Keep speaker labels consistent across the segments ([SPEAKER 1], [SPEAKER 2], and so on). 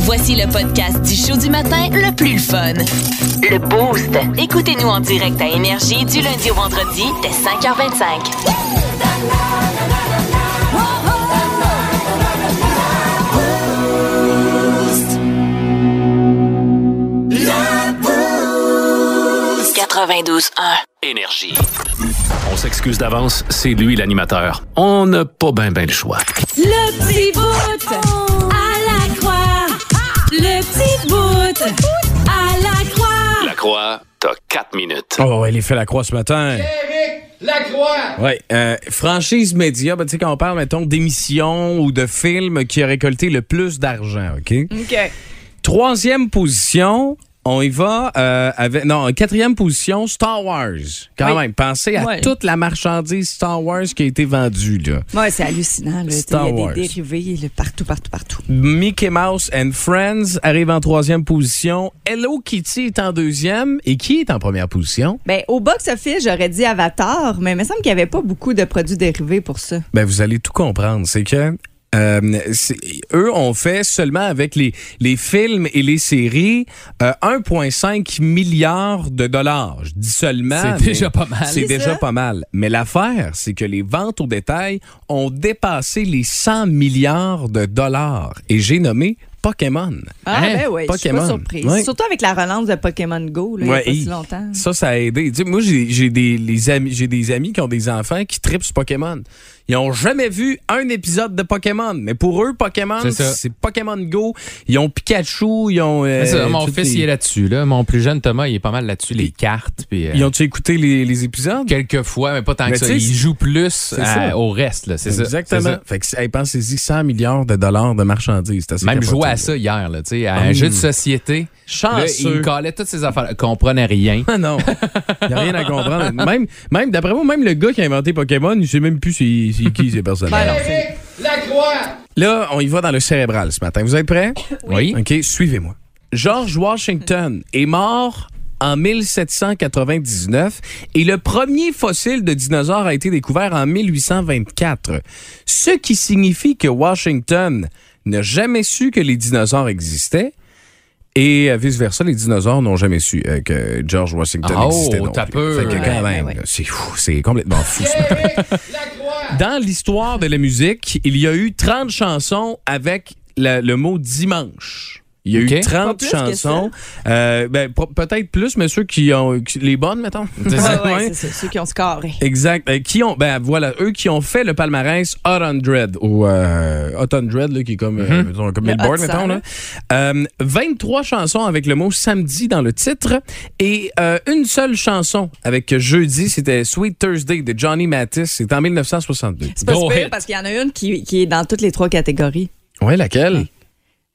[SPEAKER 1] Voici le podcast du show du matin le plus le fun. Le Boost. Écoutez-nous en direct à Énergie du lundi au vendredi dès 5h25. Le Boost. 92.1.
[SPEAKER 2] Énergie. On s'excuse d'avance, c'est lui l'animateur. On n'a pas bien ben le choix.
[SPEAKER 3] Le petit bout à la croix. Le petit bout à la croix.
[SPEAKER 2] La croix, t'as 4 minutes.
[SPEAKER 4] Oh, elle est fait la croix ce matin. Ouais, euh, franchise média, ben, tu sais, quand on parle, mettons, d'émissions ou de films qui a récolté le plus d'argent, OK?
[SPEAKER 5] OK.
[SPEAKER 4] Troisième position, on y va euh, avec. Non, quatrième position, Star Wars. Quand
[SPEAKER 5] Oui.
[SPEAKER 4] même, pensez à
[SPEAKER 5] Ouais.
[SPEAKER 4] toute la marchandise Star Wars qui a été vendue, là.
[SPEAKER 5] Ouais, c'est hallucinant. là. Tu sais,
[SPEAKER 4] Star
[SPEAKER 5] Il y a
[SPEAKER 4] Wars.
[SPEAKER 5] des dérivés là, partout, partout, partout.
[SPEAKER 4] Mickey Mouse and Friends arrive en troisième position. Hello Kitty est en deuxième. Et qui est en première position?
[SPEAKER 5] Ben, au box-office, j'aurais dit Avatar, mais il me semble qu'il n'y avait pas beaucoup de produits dérivés pour ça.
[SPEAKER 4] Ben, vous allez tout comprendre. C'est que. euh, c'est- eux ont fait seulement avec les, les films et les séries euh, 1,5 milliard de dollars. Je dis seulement.
[SPEAKER 6] C'est
[SPEAKER 4] mais
[SPEAKER 6] déjà pas mal.
[SPEAKER 4] C'est
[SPEAKER 5] C'est
[SPEAKER 4] déjà
[SPEAKER 5] ça.
[SPEAKER 4] pas mal. Mais l'affaire, c'est que les ventes au détail ont dépassé les 100 milliards de dollars. Et j'ai nommé Pokémon.
[SPEAKER 5] Ah,
[SPEAKER 6] Hein?
[SPEAKER 5] ben oui, je suis
[SPEAKER 4] Pokémon.
[SPEAKER 5] pas surprise.
[SPEAKER 4] Ouais.
[SPEAKER 5] Surtout avec la relance de Pokémon Go, là, il y a
[SPEAKER 4] Ouais,
[SPEAKER 5] pas
[SPEAKER 4] et
[SPEAKER 5] si longtemps.
[SPEAKER 4] Ça, ça a aidé. Tu sais, moi, j'ai j'ai des, les amis, j'ai des amis qui ont des enfants qui tripent sur Pokémon. Ils n'ont jamais vu un épisode de Pokémon. Mais pour eux, Pokémon,
[SPEAKER 6] C'est ça.
[SPEAKER 4] c'est Pokémon Go. Ils ont Pikachu, ils ont... euh,
[SPEAKER 6] Mais ça, mon
[SPEAKER 4] toutes
[SPEAKER 6] fils,
[SPEAKER 4] les-
[SPEAKER 6] il est là-dessus. Là. Mon plus jeune Thomas, il est pas mal là-dessus. Les cartes, puis euh,
[SPEAKER 4] Ils ont-tu écouté les, les épisodes?
[SPEAKER 6] quelques fois, mais pas tant
[SPEAKER 4] Mais
[SPEAKER 6] que ça.
[SPEAKER 4] tu sais,
[SPEAKER 6] Il joue plus à-
[SPEAKER 4] ça.
[SPEAKER 6] au reste. là, C'est ça.
[SPEAKER 4] Exactement.
[SPEAKER 6] C'est ça.
[SPEAKER 4] Fait que, hey, pensez-y, 100 milliards de dollars de marchandises. C'est assez
[SPEAKER 6] Même
[SPEAKER 4] capoté,
[SPEAKER 6] jouer
[SPEAKER 4] là.
[SPEAKER 6] à ça hier, là, tu sais, à un
[SPEAKER 4] Hum.
[SPEAKER 6] jeu de société. Là, il
[SPEAKER 4] Chanceux.
[SPEAKER 6] me calait toutes ces affaires. Il comprenait rien.
[SPEAKER 4] Ah non, il n'y a rien à comprendre. Même, même d'après moi, même le gars qui a inventé Pokémon, il ne sait même plus c'est c'est qui ces personnages.
[SPEAKER 5] Ben non, c'est-
[SPEAKER 4] Là, on y va dans le cérébral ce matin. Vous êtes prêts?
[SPEAKER 6] Oui.
[SPEAKER 4] OK, suivez-moi. George Washington est mort en 1799 et le premier fossile de dinosaure a été découvert en 1824. Ce qui signifie que Washington n'a jamais su que les dinosaures existaient et euh, vice-versa, les dinosaures n'ont jamais su euh, que George Washington
[SPEAKER 6] Oh,
[SPEAKER 4] existait. non
[SPEAKER 6] t'as
[SPEAKER 4] plus.
[SPEAKER 6] peur.
[SPEAKER 4] Fait que
[SPEAKER 5] Ouais,
[SPEAKER 4] quand même,
[SPEAKER 5] ouais, ouais.
[SPEAKER 4] là, c'est fou, c'est complètement fou. ce matin. Dans l'histoire de la musique, il y a eu 30 chansons avec la- le mot dimanche. Il y a
[SPEAKER 6] OK.
[SPEAKER 4] eu 30
[SPEAKER 5] Pas plus que
[SPEAKER 4] chansons. Euh, ben, pro- peut-être plus, mais ceux qui ont. qui- les bonnes, mettons.
[SPEAKER 6] C'est ça.
[SPEAKER 5] Ouais, ouais,
[SPEAKER 4] Ouais.
[SPEAKER 5] c'est ça, ceux qui ont scoré.
[SPEAKER 4] Exact. Euh, qui ont, ben voilà, eux qui ont fait le palmarès Hot 100 ou euh, Hot 100 là, qui est comme,
[SPEAKER 6] Mm-hmm.
[SPEAKER 4] euh, mettons, comme
[SPEAKER 5] Le
[SPEAKER 4] Billboard,
[SPEAKER 5] Hot 100,
[SPEAKER 4] mettons. Là. Euh, 23 chansons avec le mot samedi dans le titre et euh, une seule chanson avec jeudi, c'était Sweet Thursday de Johnny Mathis. C'était en 1962.
[SPEAKER 5] C'est pas
[SPEAKER 6] Go
[SPEAKER 5] super
[SPEAKER 6] ahead.
[SPEAKER 5] parce qu'il y en a une qui, qui est dans toutes les trois catégories.
[SPEAKER 4] Ouais, laquelle?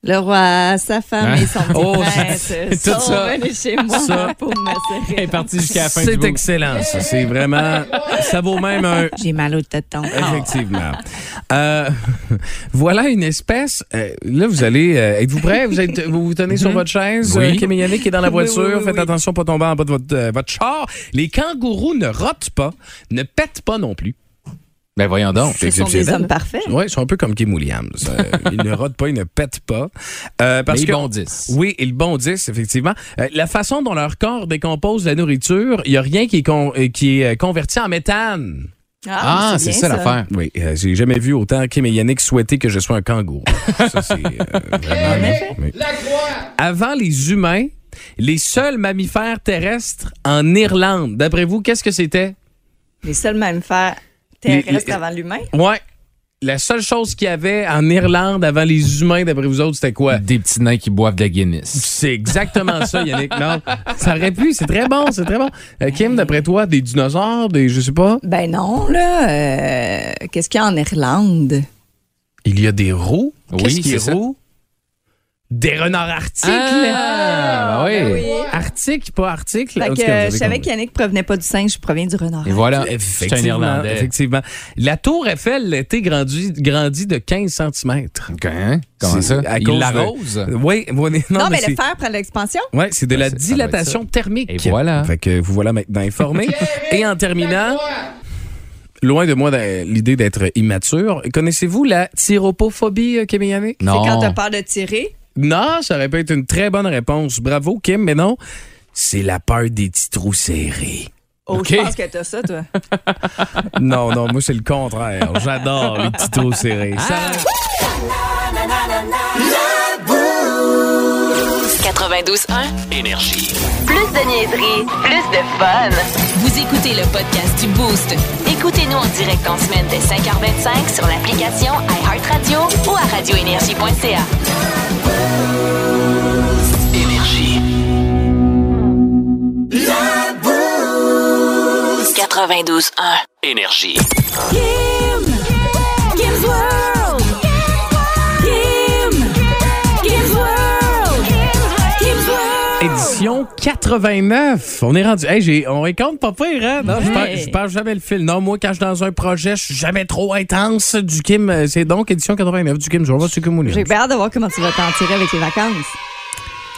[SPEAKER 5] Le roi, sa femme et son petit
[SPEAKER 4] Oh,
[SPEAKER 5] prince
[SPEAKER 4] c'est- c'est
[SPEAKER 5] sont
[SPEAKER 4] tout ça.
[SPEAKER 5] venus chez moi
[SPEAKER 4] Ça.
[SPEAKER 5] pour me serrer.
[SPEAKER 6] parti jusqu'à
[SPEAKER 4] C'est excellent, ça. C'est vraiment. Ça vaut même un.
[SPEAKER 5] J'ai mal au téton.
[SPEAKER 4] Ah, Effectivement. Euh, voilà une espèce. euh, là, vous allez. euh, Êtes-vous prêts? Vous, êtes, vous vous tenez sur votre chaise?
[SPEAKER 6] Oui.
[SPEAKER 4] euh, Kim et Yannick est dans la
[SPEAKER 5] Mm-hmm. Oui, oui,
[SPEAKER 4] voiture.
[SPEAKER 5] oui,
[SPEAKER 4] Faites
[SPEAKER 5] oui.
[SPEAKER 4] attention, pas tomber en bas de votre, euh, votre char. Les kangourous ne rotent pas, ne pètent pas non plus.
[SPEAKER 6] Ben voyons donc.
[SPEAKER 5] Ce sont des hommes parfaits.
[SPEAKER 4] Oui, ils sont un peu comme Kim Williams. Euh, ils ne rotent pas, ils ne pètent pas. Euh, parce
[SPEAKER 6] Mais ils
[SPEAKER 4] que-
[SPEAKER 6] bondissent.
[SPEAKER 4] Oui, ils bondissent, effectivement. Euh, la façon dont leur corps décompose la nourriture, il n'y a rien qui est, con- euh, qui est euh, converti en méthane.
[SPEAKER 6] Ah, c'est
[SPEAKER 5] bien
[SPEAKER 6] ça l'affaire.
[SPEAKER 4] Oui, euh, j'ai jamais vu autant Kim et Yannick souhaiter que je sois un kangourou. Ça, c'est, euh, vraiment, oui. Avant les humains, les seuls mammifères terrestres en Irlande, d'après vous, qu'est-ce que c'était?
[SPEAKER 5] Les seuls mammifères
[SPEAKER 4] Les-
[SPEAKER 5] terrestres
[SPEAKER 4] les-
[SPEAKER 5] avant l'humain.
[SPEAKER 4] Ouais. La seule chose qu'il y avait en Irlande avant les humains, d'après vous autres, c'était quoi?
[SPEAKER 6] Des petits nains qui boivent de la Guinness.
[SPEAKER 4] C'est exactement ça, Yannick. Non, ça aurait pu. C'est très bon, c'est très bon. Euh, Kim, d'après toi, des dinosaures, des je sais pas.
[SPEAKER 5] Ben non, là. euh, Qu'est-ce qu'il y a en Irlande?
[SPEAKER 4] Il y a des roues.
[SPEAKER 6] Oui,
[SPEAKER 4] Qu'est-ce qui
[SPEAKER 6] c'est
[SPEAKER 4] est
[SPEAKER 6] ça.
[SPEAKER 4] roux? Des renards arctiques, là.
[SPEAKER 6] Ah, ben oui.
[SPEAKER 5] Ah,
[SPEAKER 6] Ben
[SPEAKER 4] Arctique, pas article.
[SPEAKER 5] Fait
[SPEAKER 4] En tout
[SPEAKER 5] que,
[SPEAKER 4] cas, vous avez
[SPEAKER 5] je savais
[SPEAKER 4] compris.
[SPEAKER 5] qu'Yannick provenait pas du singe, je proviens du renard.
[SPEAKER 6] Et voilà, c'est un
[SPEAKER 4] Effectivement,
[SPEAKER 6] Irlandais.
[SPEAKER 4] effectivement. La tour Eiffel l'été grandit, grandit de 15 cm.
[SPEAKER 6] Hein? Comment ça?
[SPEAKER 4] C'est à
[SPEAKER 6] Il
[SPEAKER 4] cause
[SPEAKER 6] l'arrose.
[SPEAKER 4] de- Oui, oui, mais non,
[SPEAKER 5] Non, mais,
[SPEAKER 4] c'est-
[SPEAKER 5] le fer prend de l'expansion.
[SPEAKER 4] Ouais, Ben, c'est de
[SPEAKER 6] Ouais,
[SPEAKER 4] la
[SPEAKER 6] c'est- ça doit être
[SPEAKER 4] dilatation thermique.
[SPEAKER 6] Et voilà.
[SPEAKER 4] Fait que vous voilà maintenant informé. Et en terminant, loin de moi d'a- l'idée d'être immature, connaissez-vous la tyropophobie, euh, Kim et Yannick?
[SPEAKER 5] C'est quand t'as
[SPEAKER 6] Non.
[SPEAKER 5] peur de tirer.
[SPEAKER 4] Non, ça aurait pu être une très bonne réponse. Bravo, Kim, mais non. C'est la peur des petits trous serrés.
[SPEAKER 5] Oh,
[SPEAKER 6] OK.
[SPEAKER 5] je pense que t'as ça, toi.
[SPEAKER 4] Non, non, moi, c'est le contraire. J'adore les petits trous serrés. Ah! Ça-
[SPEAKER 1] 92.1.
[SPEAKER 2] Énergie.
[SPEAKER 1] Plus de niaiserie, plus de fun. Vous écoutez le podcast du Boost. Écoutez-nous en direct en semaine dès 5h25 sur l'application iHeartRadio ou à radioénergie.ca.
[SPEAKER 2] Énergie.
[SPEAKER 1] 92.1.
[SPEAKER 2] Énergie.
[SPEAKER 3] Kim! Kim's World! Kim! Kim's World! Kim's World!
[SPEAKER 4] Édition 89. On est rendu. Hey, j'ai, on récompte pas pire, hein? Non, je perds-
[SPEAKER 5] Ouais.
[SPEAKER 4] je perds jamais le fil. Non, moi, quand je suis dans un projet, je suis jamais trop intense du Kim. Euh, C'est donc édition 89 du Kim. Je vais voir ce que vous
[SPEAKER 5] J'ai peur de voir comment tu vas t'en tirer avec les vacances.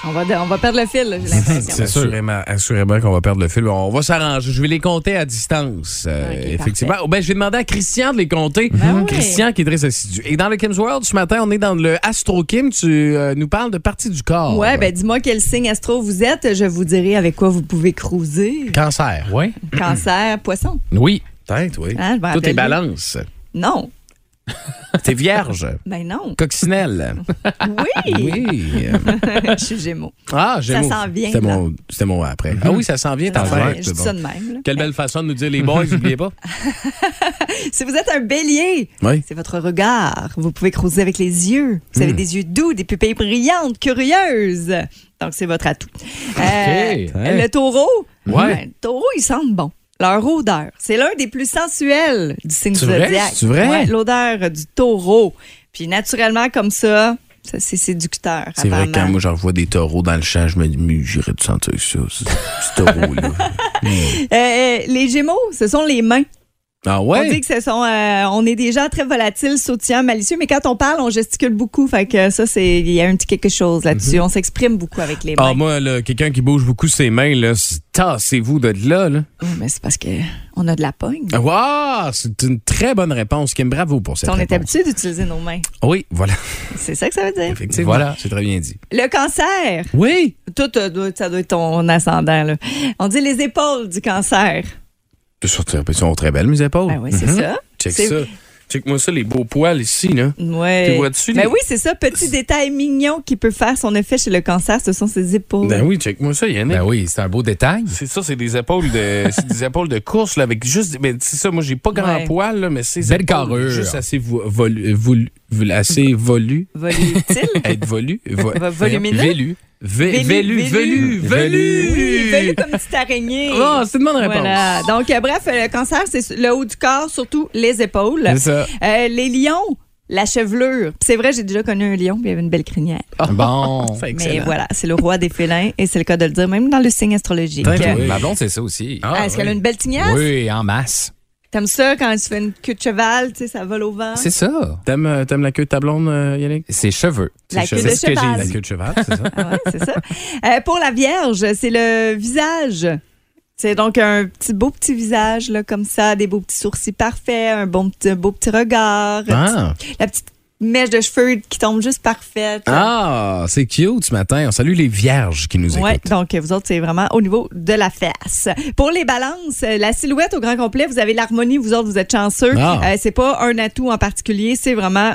[SPEAKER 5] On va, on va perdre le fil, là, j'ai l'impression.
[SPEAKER 4] C'est assurément, assurément qu'on va perdre le fil. On va s'arranger. Je vais les compter à distance. euh,
[SPEAKER 5] Ok,
[SPEAKER 4] effectivement. Oh, ben, je vais demander à Christian de les compter.
[SPEAKER 5] Ben oui.
[SPEAKER 4] Christian qui est très assidu. Et dans le Kim's World, ce matin, on est dans le Astro Kim. Tu euh, nous parles de partie du corps.
[SPEAKER 5] Ouais, ben dis-moi quel signe astro vous êtes, je vous dirai avec quoi vous pouvez cruiser.
[SPEAKER 4] Cancer.
[SPEAKER 6] Oui?
[SPEAKER 5] Cancer, poisson.
[SPEAKER 6] Oui.
[SPEAKER 4] Peut-être, oui.
[SPEAKER 5] Hein, je vais
[SPEAKER 4] Toi, t'es
[SPEAKER 5] appeler.
[SPEAKER 4] balance.
[SPEAKER 5] Non,
[SPEAKER 4] T'es vierge.
[SPEAKER 5] ben non.
[SPEAKER 4] Coccinelle.
[SPEAKER 5] Oui,
[SPEAKER 4] Oui.
[SPEAKER 5] je suis gémeaux.
[SPEAKER 4] Ah, j'aime.
[SPEAKER 5] Ça s'en vient,
[SPEAKER 4] C'était
[SPEAKER 5] là.
[SPEAKER 4] mon, c'était mon après. Ah oui, ça s'en vient, t'as
[SPEAKER 5] Ouais,
[SPEAKER 4] fait.
[SPEAKER 5] je dis ça de même. là.
[SPEAKER 4] Quelle belle façon de nous dire les boys, n'oubliez pas.
[SPEAKER 5] Si vous êtes un bélier,
[SPEAKER 4] Oui.
[SPEAKER 5] c'est votre regard. Vous pouvez croiser avec les yeux. Vous
[SPEAKER 4] Hmm.
[SPEAKER 5] avez des yeux doux, des pupilles brillantes, curieuses. Donc, c'est votre atout. Euh,
[SPEAKER 4] Ouais.
[SPEAKER 5] Le taureau,
[SPEAKER 4] Ouais.
[SPEAKER 5] ben, le taureau, il sent bon. Leur odeur, c'est l'un des plus sensuels du signe
[SPEAKER 4] C'est vrai?
[SPEAKER 5] zodiaque.
[SPEAKER 4] C'est vrai?
[SPEAKER 5] Ouais, L'odeur du taureau. Puis naturellement, comme ça, ça, c'est séducteur.
[SPEAKER 4] C'est vrai,
[SPEAKER 5] apparemment.
[SPEAKER 4] quand moi, j'en vois des taureaux dans le champ, je me dis, mais j'irais de sentir ça, ce, ce taureau-là.
[SPEAKER 5] Euh, euh, les gémeaux, ce sont les mains.
[SPEAKER 4] Ah
[SPEAKER 5] On dit
[SPEAKER 4] ouais?
[SPEAKER 5] que ce sont, euh, on est des gens très volatiles, sautillants, malicieux, mais quand on parle, on gesticule beaucoup. Fait que ça, c'est, il y a un petit quelque chose là-dessus. On s'exprime beaucoup avec les
[SPEAKER 4] Mhm. Ah,
[SPEAKER 5] mains.
[SPEAKER 4] moi, là, quelqu'un qui bouge beaucoup ses mains, là, c'est- tassez-vous de là, là.
[SPEAKER 5] Oui, Oh, mais c'est parce que on a de la pogne.
[SPEAKER 4] Ah, wow, c'est une très bonne réponse, Kim. Bravo pour cette
[SPEAKER 5] on est
[SPEAKER 4] réponse.
[SPEAKER 5] habitué d'utiliser nos mains.
[SPEAKER 4] Oui, voilà.
[SPEAKER 5] C'est ça que ça veut dire.
[SPEAKER 4] Effectivement.
[SPEAKER 6] Voilà.
[SPEAKER 4] C'est très bien dit.
[SPEAKER 5] Le cancer.
[SPEAKER 4] Oui.
[SPEAKER 5] Tout, euh, doit- ça doit être ton ascendant. là. On dit les épaules du cancer.
[SPEAKER 4] Elles sont très belles, mes épaules.
[SPEAKER 5] Ben oui, c'est ça.
[SPEAKER 4] Mhm. Check
[SPEAKER 5] C'est-
[SPEAKER 4] ça. Check-moi ça, les beaux poils ici, là.
[SPEAKER 5] Ouais.
[SPEAKER 4] Tu vois-tu les-
[SPEAKER 5] Ben oui, c'est ça. Petit détail mignon qui peut faire son effet chez le cancer, ce sont ses épaules.
[SPEAKER 4] Ben oui, check-moi ça, Yannick.
[SPEAKER 6] Ben oui, c'est un beau détail.
[SPEAKER 4] C'est ça, c'est des épaules de c'est des épaules de course là, avec juste mais c'est ça moi j'ai pas grand
[SPEAKER 5] Ouais.
[SPEAKER 4] poil là, mais c'est
[SPEAKER 6] Belle
[SPEAKER 4] épaules
[SPEAKER 6] carrure.
[SPEAKER 4] juste assez vo- volu, volu- vol- assez volu
[SPEAKER 5] Volutile.
[SPEAKER 4] être volu vo-
[SPEAKER 5] Va- volumineux?
[SPEAKER 4] velu Vé-
[SPEAKER 5] Vélu,
[SPEAKER 4] velu
[SPEAKER 5] vélu.
[SPEAKER 4] velu velu
[SPEAKER 5] Oui, velu comme petite araignée.
[SPEAKER 4] Oh, c'est une bonne réponse.
[SPEAKER 5] Voilà. Donc, euh, bref, le cancer, c'est le haut du corps, surtout les épaules.
[SPEAKER 4] C'est ça.
[SPEAKER 5] Euh, les lions, la chevelure. Puis C'est vrai, j'ai déjà connu un lion, puis il avait une belle crinière.
[SPEAKER 6] Ah,
[SPEAKER 4] oh,
[SPEAKER 6] Bon.
[SPEAKER 4] C'est
[SPEAKER 5] Mais
[SPEAKER 4] excellent.
[SPEAKER 5] voilà, c'est le roi des félins, et c'est le cas de le dire, même dans le signe astrologique.
[SPEAKER 4] Très bien.
[SPEAKER 5] Euh,
[SPEAKER 4] Oui.
[SPEAKER 6] Ben, Ma blonde, c'est ça aussi.
[SPEAKER 4] Ah,
[SPEAKER 5] Est-ce
[SPEAKER 4] oui.
[SPEAKER 5] qu'elle a une belle tignasse?
[SPEAKER 6] Oui, en masse.
[SPEAKER 5] T'aimes ça quand tu fais une queue de cheval, tu sais, ça vole au vent?
[SPEAKER 6] C'est ça.
[SPEAKER 4] T'aimes euh, t'aimes la queue de ta blonde euh, Yannick
[SPEAKER 6] Ses cheveux.
[SPEAKER 5] La
[SPEAKER 6] Ses
[SPEAKER 5] queue
[SPEAKER 6] cheveux.
[SPEAKER 5] de
[SPEAKER 6] C'est ce que
[SPEAKER 5] cheval.
[SPEAKER 6] j'ai
[SPEAKER 4] La
[SPEAKER 6] dit.
[SPEAKER 4] queue de cheval, c'est ça
[SPEAKER 5] Ah ouais, c'est ça. Euh, pour la Vierge, c'est le visage. C'est donc un petit beau petit visage là, comme ça, des beaux petits sourcils parfaits, un bon petit, un beau petit regard,
[SPEAKER 4] Ah,
[SPEAKER 5] la petite mèche de cheveux qui tombe juste parfaite.
[SPEAKER 4] ah c'est cute ce matin. On salue les vierges qui nous
[SPEAKER 5] Ouais,
[SPEAKER 4] écoutent.
[SPEAKER 5] donc euh, vous autres, c'est vraiment au niveau de la face. Pour les balances, euh, la silhouette au grand complet, vous avez l'harmonie, vous autres, vous êtes chanceux.
[SPEAKER 4] Ah.
[SPEAKER 5] Euh, c'est pas un atout en particulier, c'est vraiment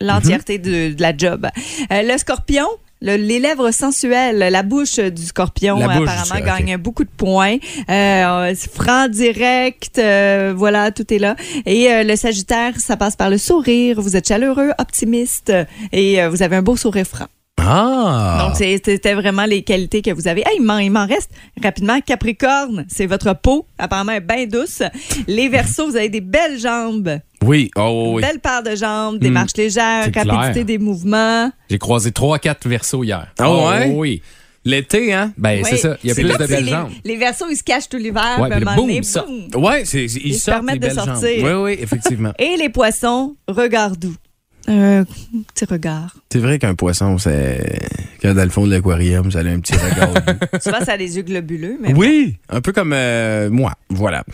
[SPEAKER 5] l'entièreté de, de la job. Euh, le scorpion, le- les lèvres sensuelles, la bouche euh, du scorpion
[SPEAKER 4] La
[SPEAKER 5] euh,
[SPEAKER 4] bouche,
[SPEAKER 5] apparemment
[SPEAKER 4] ok.
[SPEAKER 5] gagne beaucoup de points. Euh, euh, c'est franc, direct, euh, voilà, tout est là. Et euh, le sagittaire, ça passe par le sourire, vous êtes chaleureux, optimiste euh, et euh, vous avez un beau sourire franc.
[SPEAKER 4] Ah
[SPEAKER 5] Donc, c'est- c'était vraiment les qualités que vous avez. Hey, il m'en- il m'en reste rapidement. Capricorne, c'est votre peau, apparemment bien douce. Les Verseaux, vous avez des belles jambes.
[SPEAKER 4] Oui, oh oui.
[SPEAKER 5] Belle paire de jambes, démarche légère,
[SPEAKER 6] Hmm. C'est clair.
[SPEAKER 5] rapidité des mouvements.
[SPEAKER 6] J'ai croisé 3-4 versos hier. Oh
[SPEAKER 4] Ah ouais?
[SPEAKER 6] oui.
[SPEAKER 4] L'été, hein?
[SPEAKER 6] Ben,
[SPEAKER 5] Oui.
[SPEAKER 6] c'est ça. Il y a
[SPEAKER 5] C'est
[SPEAKER 6] plus
[SPEAKER 5] comme
[SPEAKER 6] de
[SPEAKER 5] si
[SPEAKER 6] belles
[SPEAKER 5] les,
[SPEAKER 6] jambes.
[SPEAKER 5] Les versos, ils se cachent tout l'hiver.
[SPEAKER 6] Ouais,
[SPEAKER 5] puis à un
[SPEAKER 6] puis là,
[SPEAKER 5] moment
[SPEAKER 6] boum,
[SPEAKER 5] donné,
[SPEAKER 6] ça-
[SPEAKER 5] boum.
[SPEAKER 4] Ouais, c'est, ils,
[SPEAKER 5] Ben se
[SPEAKER 4] sortent
[SPEAKER 5] permettent
[SPEAKER 4] les
[SPEAKER 5] de
[SPEAKER 4] belles jambes.
[SPEAKER 5] sortir.
[SPEAKER 4] Oui, oui, effectivement.
[SPEAKER 5] Et les poissons, regardent Un petit regard.
[SPEAKER 4] c'est vrai qu'un poisson, c'est. Quand dans le fond de l'aquarium, ça a un petit regard.
[SPEAKER 5] Souvent, ça a les yeux globuleux, mais
[SPEAKER 4] oui! Un peu comme euh, moi, voilà.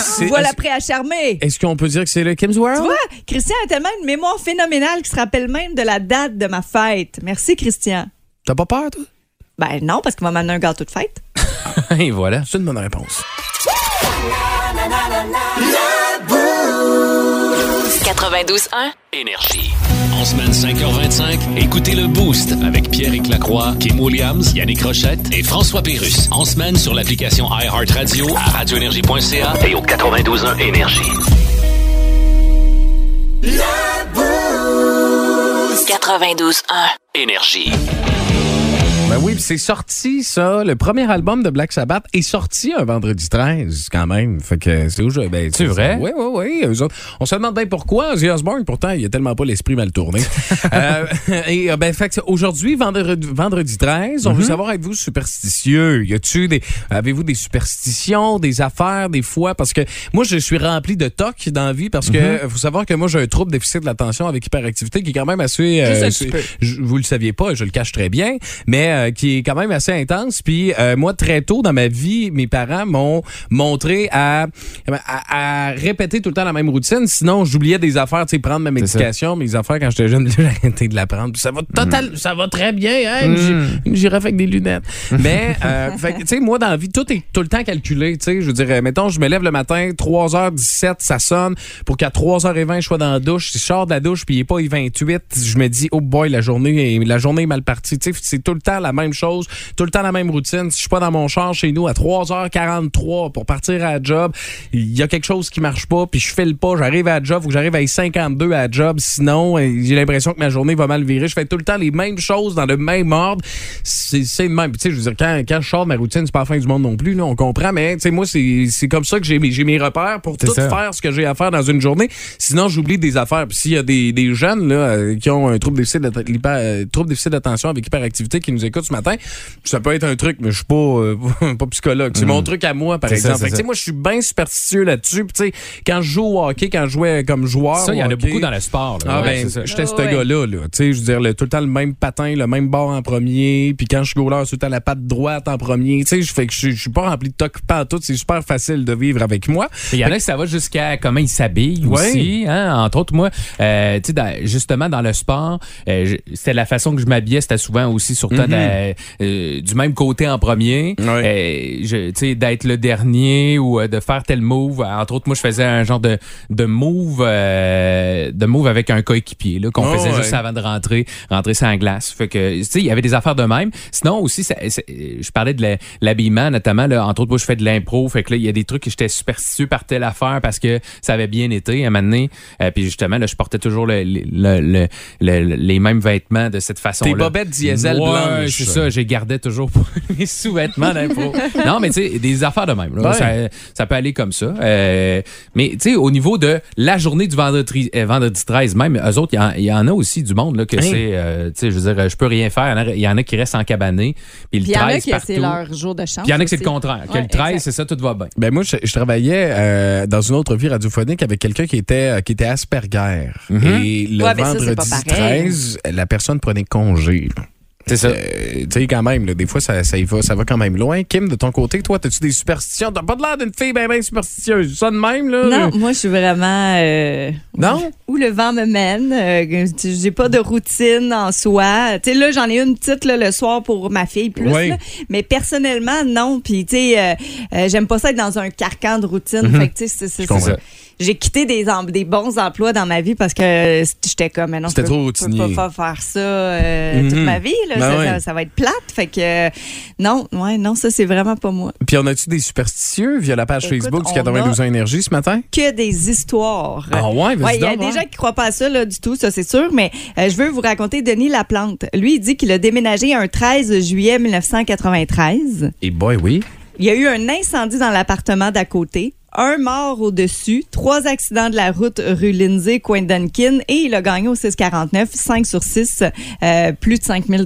[SPEAKER 4] C'est-
[SPEAKER 5] voilà
[SPEAKER 4] est-ce-
[SPEAKER 5] prêt à charmer.
[SPEAKER 4] Est-ce qu'on peut dire que c'est le Kim's
[SPEAKER 5] Tu
[SPEAKER 4] World?
[SPEAKER 5] vois, Christian a tellement une mémoire phénoménale qui se rappelle même de la date de ma fête. Merci, Christian.
[SPEAKER 4] T'as pas peur, toi?
[SPEAKER 5] Ben non, parce qu'il m'a amené un gâteau de fête.
[SPEAKER 6] Et voilà.
[SPEAKER 4] C'est une bonne réponse.
[SPEAKER 1] 92.1.
[SPEAKER 2] Énergie. En semaine 5h25, écoutez le Boost avec pierre Lacroix, Kim Williams, Yannick Rochette et François Pérus. En semaine sur l'application iHeartRadio à radioénergie.ca et au 92.1 Énergie.
[SPEAKER 1] 92.1.
[SPEAKER 2] Énergie.
[SPEAKER 4] Ben oui, puis c'est sorti, ça. Le premier album de Black Sabbath est sorti un vendredi 13, quand même. Fait que c'est aujourd'hui. Ben,
[SPEAKER 6] C'est vrai?
[SPEAKER 4] Oui, oui, oui. Eux autres, on se demande bien pourquoi. Ozzy Osbourne, pourtant, il a tellement pas l'esprit mal tourné. Euh, et euh, ben, fait que aujourd'hui, vendredi, vendredi 13, on veut savoir, êtes-vous superstitieux? Y a-tu des. Avez-vous des superstitions, des affaires, des fois? Parce que moi, je suis rempli de toc dans la vie parce que euh, faut savoir que moi, j'ai un trouble déficit de l'attention avec hyperactivité qui est quand même assez. euh,
[SPEAKER 5] Juste un
[SPEAKER 4] c'est-
[SPEAKER 5] petit peu.
[SPEAKER 4] je- vous le saviez pas, je le cache très bien, mais euh, qui est quand même assez intense. Puis euh, moi, très tôt dans ma vie, mes parents m'ont montré à, à, à répéter tout le temps la même routine. Sinon, j'oubliais des affaires, tu sais, prendre ma
[SPEAKER 6] ça.
[SPEAKER 4] médication, mes affaires quand j'étais jeune, j'ai arrêté de la prendre. Puis ça va total, ça va très bien, hein, une, gi- une girafe avec des lunettes. mais, euh, fait que, tu sais, moi, dans la vie, tout est tout le temps calculé, tu sais. Je veux dire, euh, mettons, je me lève le matin, 3h17, ça sonne, pour qu'à 3h20, je sois dans la douche. Si je sors de la douche, puis il n'est pas 28, je me dis, oh boy, la journée, est- la journée est mal partie. Tu sais, c'est tout le temps la même chose, tout le temps la même routine. Si je suis pas dans mon char chez nous à 3h43 pour partir à la job, il y a quelque chose qui marche pas, puis je fais le pas, j'arrive à la job, faut que j'arrive à 52 à la job, sinon, euh, j'ai l'impression que ma journée va mal virer. Je fais tout le temps les mêmes choses dans le même ordre. C'est c'est le même. Puis, tu sais, je veux dire, quand, quand je sors de ma routine, c'est pas la fin du monde non plus, là, on comprend, mais, tu sais, moi, c'est c'est comme ça que j'ai mes, j'ai mes repères pour
[SPEAKER 6] C'est
[SPEAKER 4] tout
[SPEAKER 6] ça.
[SPEAKER 4] faire faire ce que j'ai à faire dans une journée. Sinon, j'oublie des affaires. Puis s'il y a des, des jeunes là, euh, qui ont un trouble déficit d'atta- l'hyper- euh, trouble déficit d'attention avec hyperactivité qui nous écoutent ce matin, ça peut être un truc, mais je suis pas, euh, pas psychologue. C'est mon truc à moi, par
[SPEAKER 6] Mm. C'est ça,
[SPEAKER 4] exemple.
[SPEAKER 6] c'est
[SPEAKER 4] Fait que,
[SPEAKER 6] ça.
[SPEAKER 4] tu sais, moi, je suis bien superstitieux là-dessus. Puis, tu sais, quand je joue au hockey, quand je jouais comme joueur.
[SPEAKER 6] Ça, il y
[SPEAKER 4] au
[SPEAKER 6] en a
[SPEAKER 4] hockey,
[SPEAKER 6] beaucoup dans le sport. là.
[SPEAKER 4] ah
[SPEAKER 6] Ouais,
[SPEAKER 4] ben,
[SPEAKER 6] c'est ça.
[SPEAKER 4] j'étais
[SPEAKER 5] Ah
[SPEAKER 4] ce
[SPEAKER 5] ouais.
[SPEAKER 4] gars-là, là. Tu sais, je veux dire, le- tout le temps le même patin, le même bord en premier, puis quand je suis goaler, c'est tout le temps la patte droite en premier. Tu sais, je fais que je je suis pas rempli de toc tout. c'est super facile de vivre avec moi.
[SPEAKER 6] Il y en a que ça va jusqu'à comment ils s'habillent
[SPEAKER 4] Ouais.
[SPEAKER 6] aussi. hein. Entre autres, moi, euh, tu sais, dans- justement, dans le sport, euh, je- c'était la façon que je m'habillais, c'était souvent aussi surtout euh, du même côté en premier.
[SPEAKER 4] Mm-hmm. Ouais.
[SPEAKER 6] Euh, je- tu sais, D'être le dernier ou euh, de faire tel move. Entre autres, moi, je faisais un genre de, de move euh, de move avec un coéquipier là, qu'on
[SPEAKER 4] Oh,
[SPEAKER 6] faisait
[SPEAKER 4] ouais.
[SPEAKER 6] juste avant de rentrer, rentrer sans glace. Fait que, tu sais, il y avait des affaires de même. Sinon aussi, ça- ça- je parlais de la- l'habillement, notamment, là, entre autres, moi, je fais de l'impro. Fait que là, il y a des trucs que j'étais superstitieux par telle affaire parce que ça avait bien été à un moment donné. Euh, puis justement, là, je portais toujours le- le- le- le- le- les mêmes vêtements de cette façon-là.
[SPEAKER 4] Tes bobettes diesel
[SPEAKER 6] ouais,
[SPEAKER 4] blanches.
[SPEAKER 6] c'est ça. J'ai gardé toujours pour les sous-vêtements d'impro. non, mais tu sais, des affaires de même. là.
[SPEAKER 4] Ouais.
[SPEAKER 6] Ça, ça peut aller comme ça. Euh, mais tu sais, au niveau de la journée du vendredi, euh, vendredi 13, même, eux autres, il y en- il y, en a aussi du monde là, que
[SPEAKER 4] Hein?
[SPEAKER 6] c'est, euh, tu sais, je veux dire, je peux rien faire. Il y en a- Il y en a qui restent en cabané. Puis le
[SPEAKER 5] Puis il y en a
[SPEAKER 6] 13
[SPEAKER 5] qui,
[SPEAKER 6] partout.
[SPEAKER 5] c'est leur jour de chance.
[SPEAKER 6] Puis il y en a que c'est le
[SPEAKER 5] aussi.
[SPEAKER 6] contraire. Que
[SPEAKER 5] Ouais,
[SPEAKER 6] le 13,
[SPEAKER 5] exact.
[SPEAKER 6] c'est ça, tout va bien.
[SPEAKER 4] Ben moi, je, je travaillais euh, dans une autre vie radiophonique avec quelqu'un qui était euh, qui était Asperger.
[SPEAKER 6] Mhm.
[SPEAKER 4] Et le
[SPEAKER 5] Ouais, ben ça, c'est pas
[SPEAKER 4] vendredi
[SPEAKER 5] pareil.
[SPEAKER 4] 13, la personne prenait congé. là.
[SPEAKER 6] C'est ça.
[SPEAKER 4] Euh, tu sais, quand même, là, des fois, ça, ça, y va, ça va quand même loin. Kim, de ton côté, toi, t'as-tu des superstitions? T'as pas de l'air d'une fille bien ben superstitieuse. Ça de même, là?
[SPEAKER 5] Non, moi, je suis vraiment. euh,
[SPEAKER 4] Non?
[SPEAKER 5] Où le vent me mène. euh, tu- J'ai pas de routine en soi. Tu sais, là, j'en ai une petite là, le soir pour ma fille plus.
[SPEAKER 4] Oui.
[SPEAKER 5] là. Mais personnellement, non. Puis, tu sais, euh, euh, j'aime pas ça être dans un carcan de routine. Fait que, tu sais, c'est- c'est-
[SPEAKER 4] Mhm. comprends.
[SPEAKER 5] c'est- J'ai quitté des, em- des bons emplois dans ma vie parce que euh, j'étais comme, mais non, je
[SPEAKER 4] C'était
[SPEAKER 5] peux,
[SPEAKER 4] trop
[SPEAKER 5] je
[SPEAKER 4] routinier.
[SPEAKER 5] peux pas faire ça euh, toute
[SPEAKER 4] Mhm.
[SPEAKER 5] ma vie. là.
[SPEAKER 4] Ben
[SPEAKER 5] ça,
[SPEAKER 4] ouais.
[SPEAKER 5] ça- ça va être plate. Fait que, euh, non, ouais, non, ça, c'est vraiment pas moi.
[SPEAKER 4] Puis on a-tu des superstitieux via la page
[SPEAKER 5] Écoute,
[SPEAKER 4] Facebook du
[SPEAKER 5] on
[SPEAKER 4] 92 ans Énergie ce matin?
[SPEAKER 5] que des histoires.
[SPEAKER 4] Ah ouais, vas-y
[SPEAKER 5] Ouais, il y a
[SPEAKER 4] donc,
[SPEAKER 5] des
[SPEAKER 4] ouais.
[SPEAKER 5] gens qui croient pas à ça là, du tout, ça c'est sûr, mais euh, je veux vous raconter Denis Laplante. Lui, il dit qu'il a déménagé un 13 juillet 1993.
[SPEAKER 4] Et boy, oui.
[SPEAKER 5] Il y a eu un incendie dans l'appartement d'à côté. un mort au-dessus, trois accidents de la route rue Lindsay, coin de Duncan, et il a gagné au 649, 5 sur 6, euh, plus de 5 000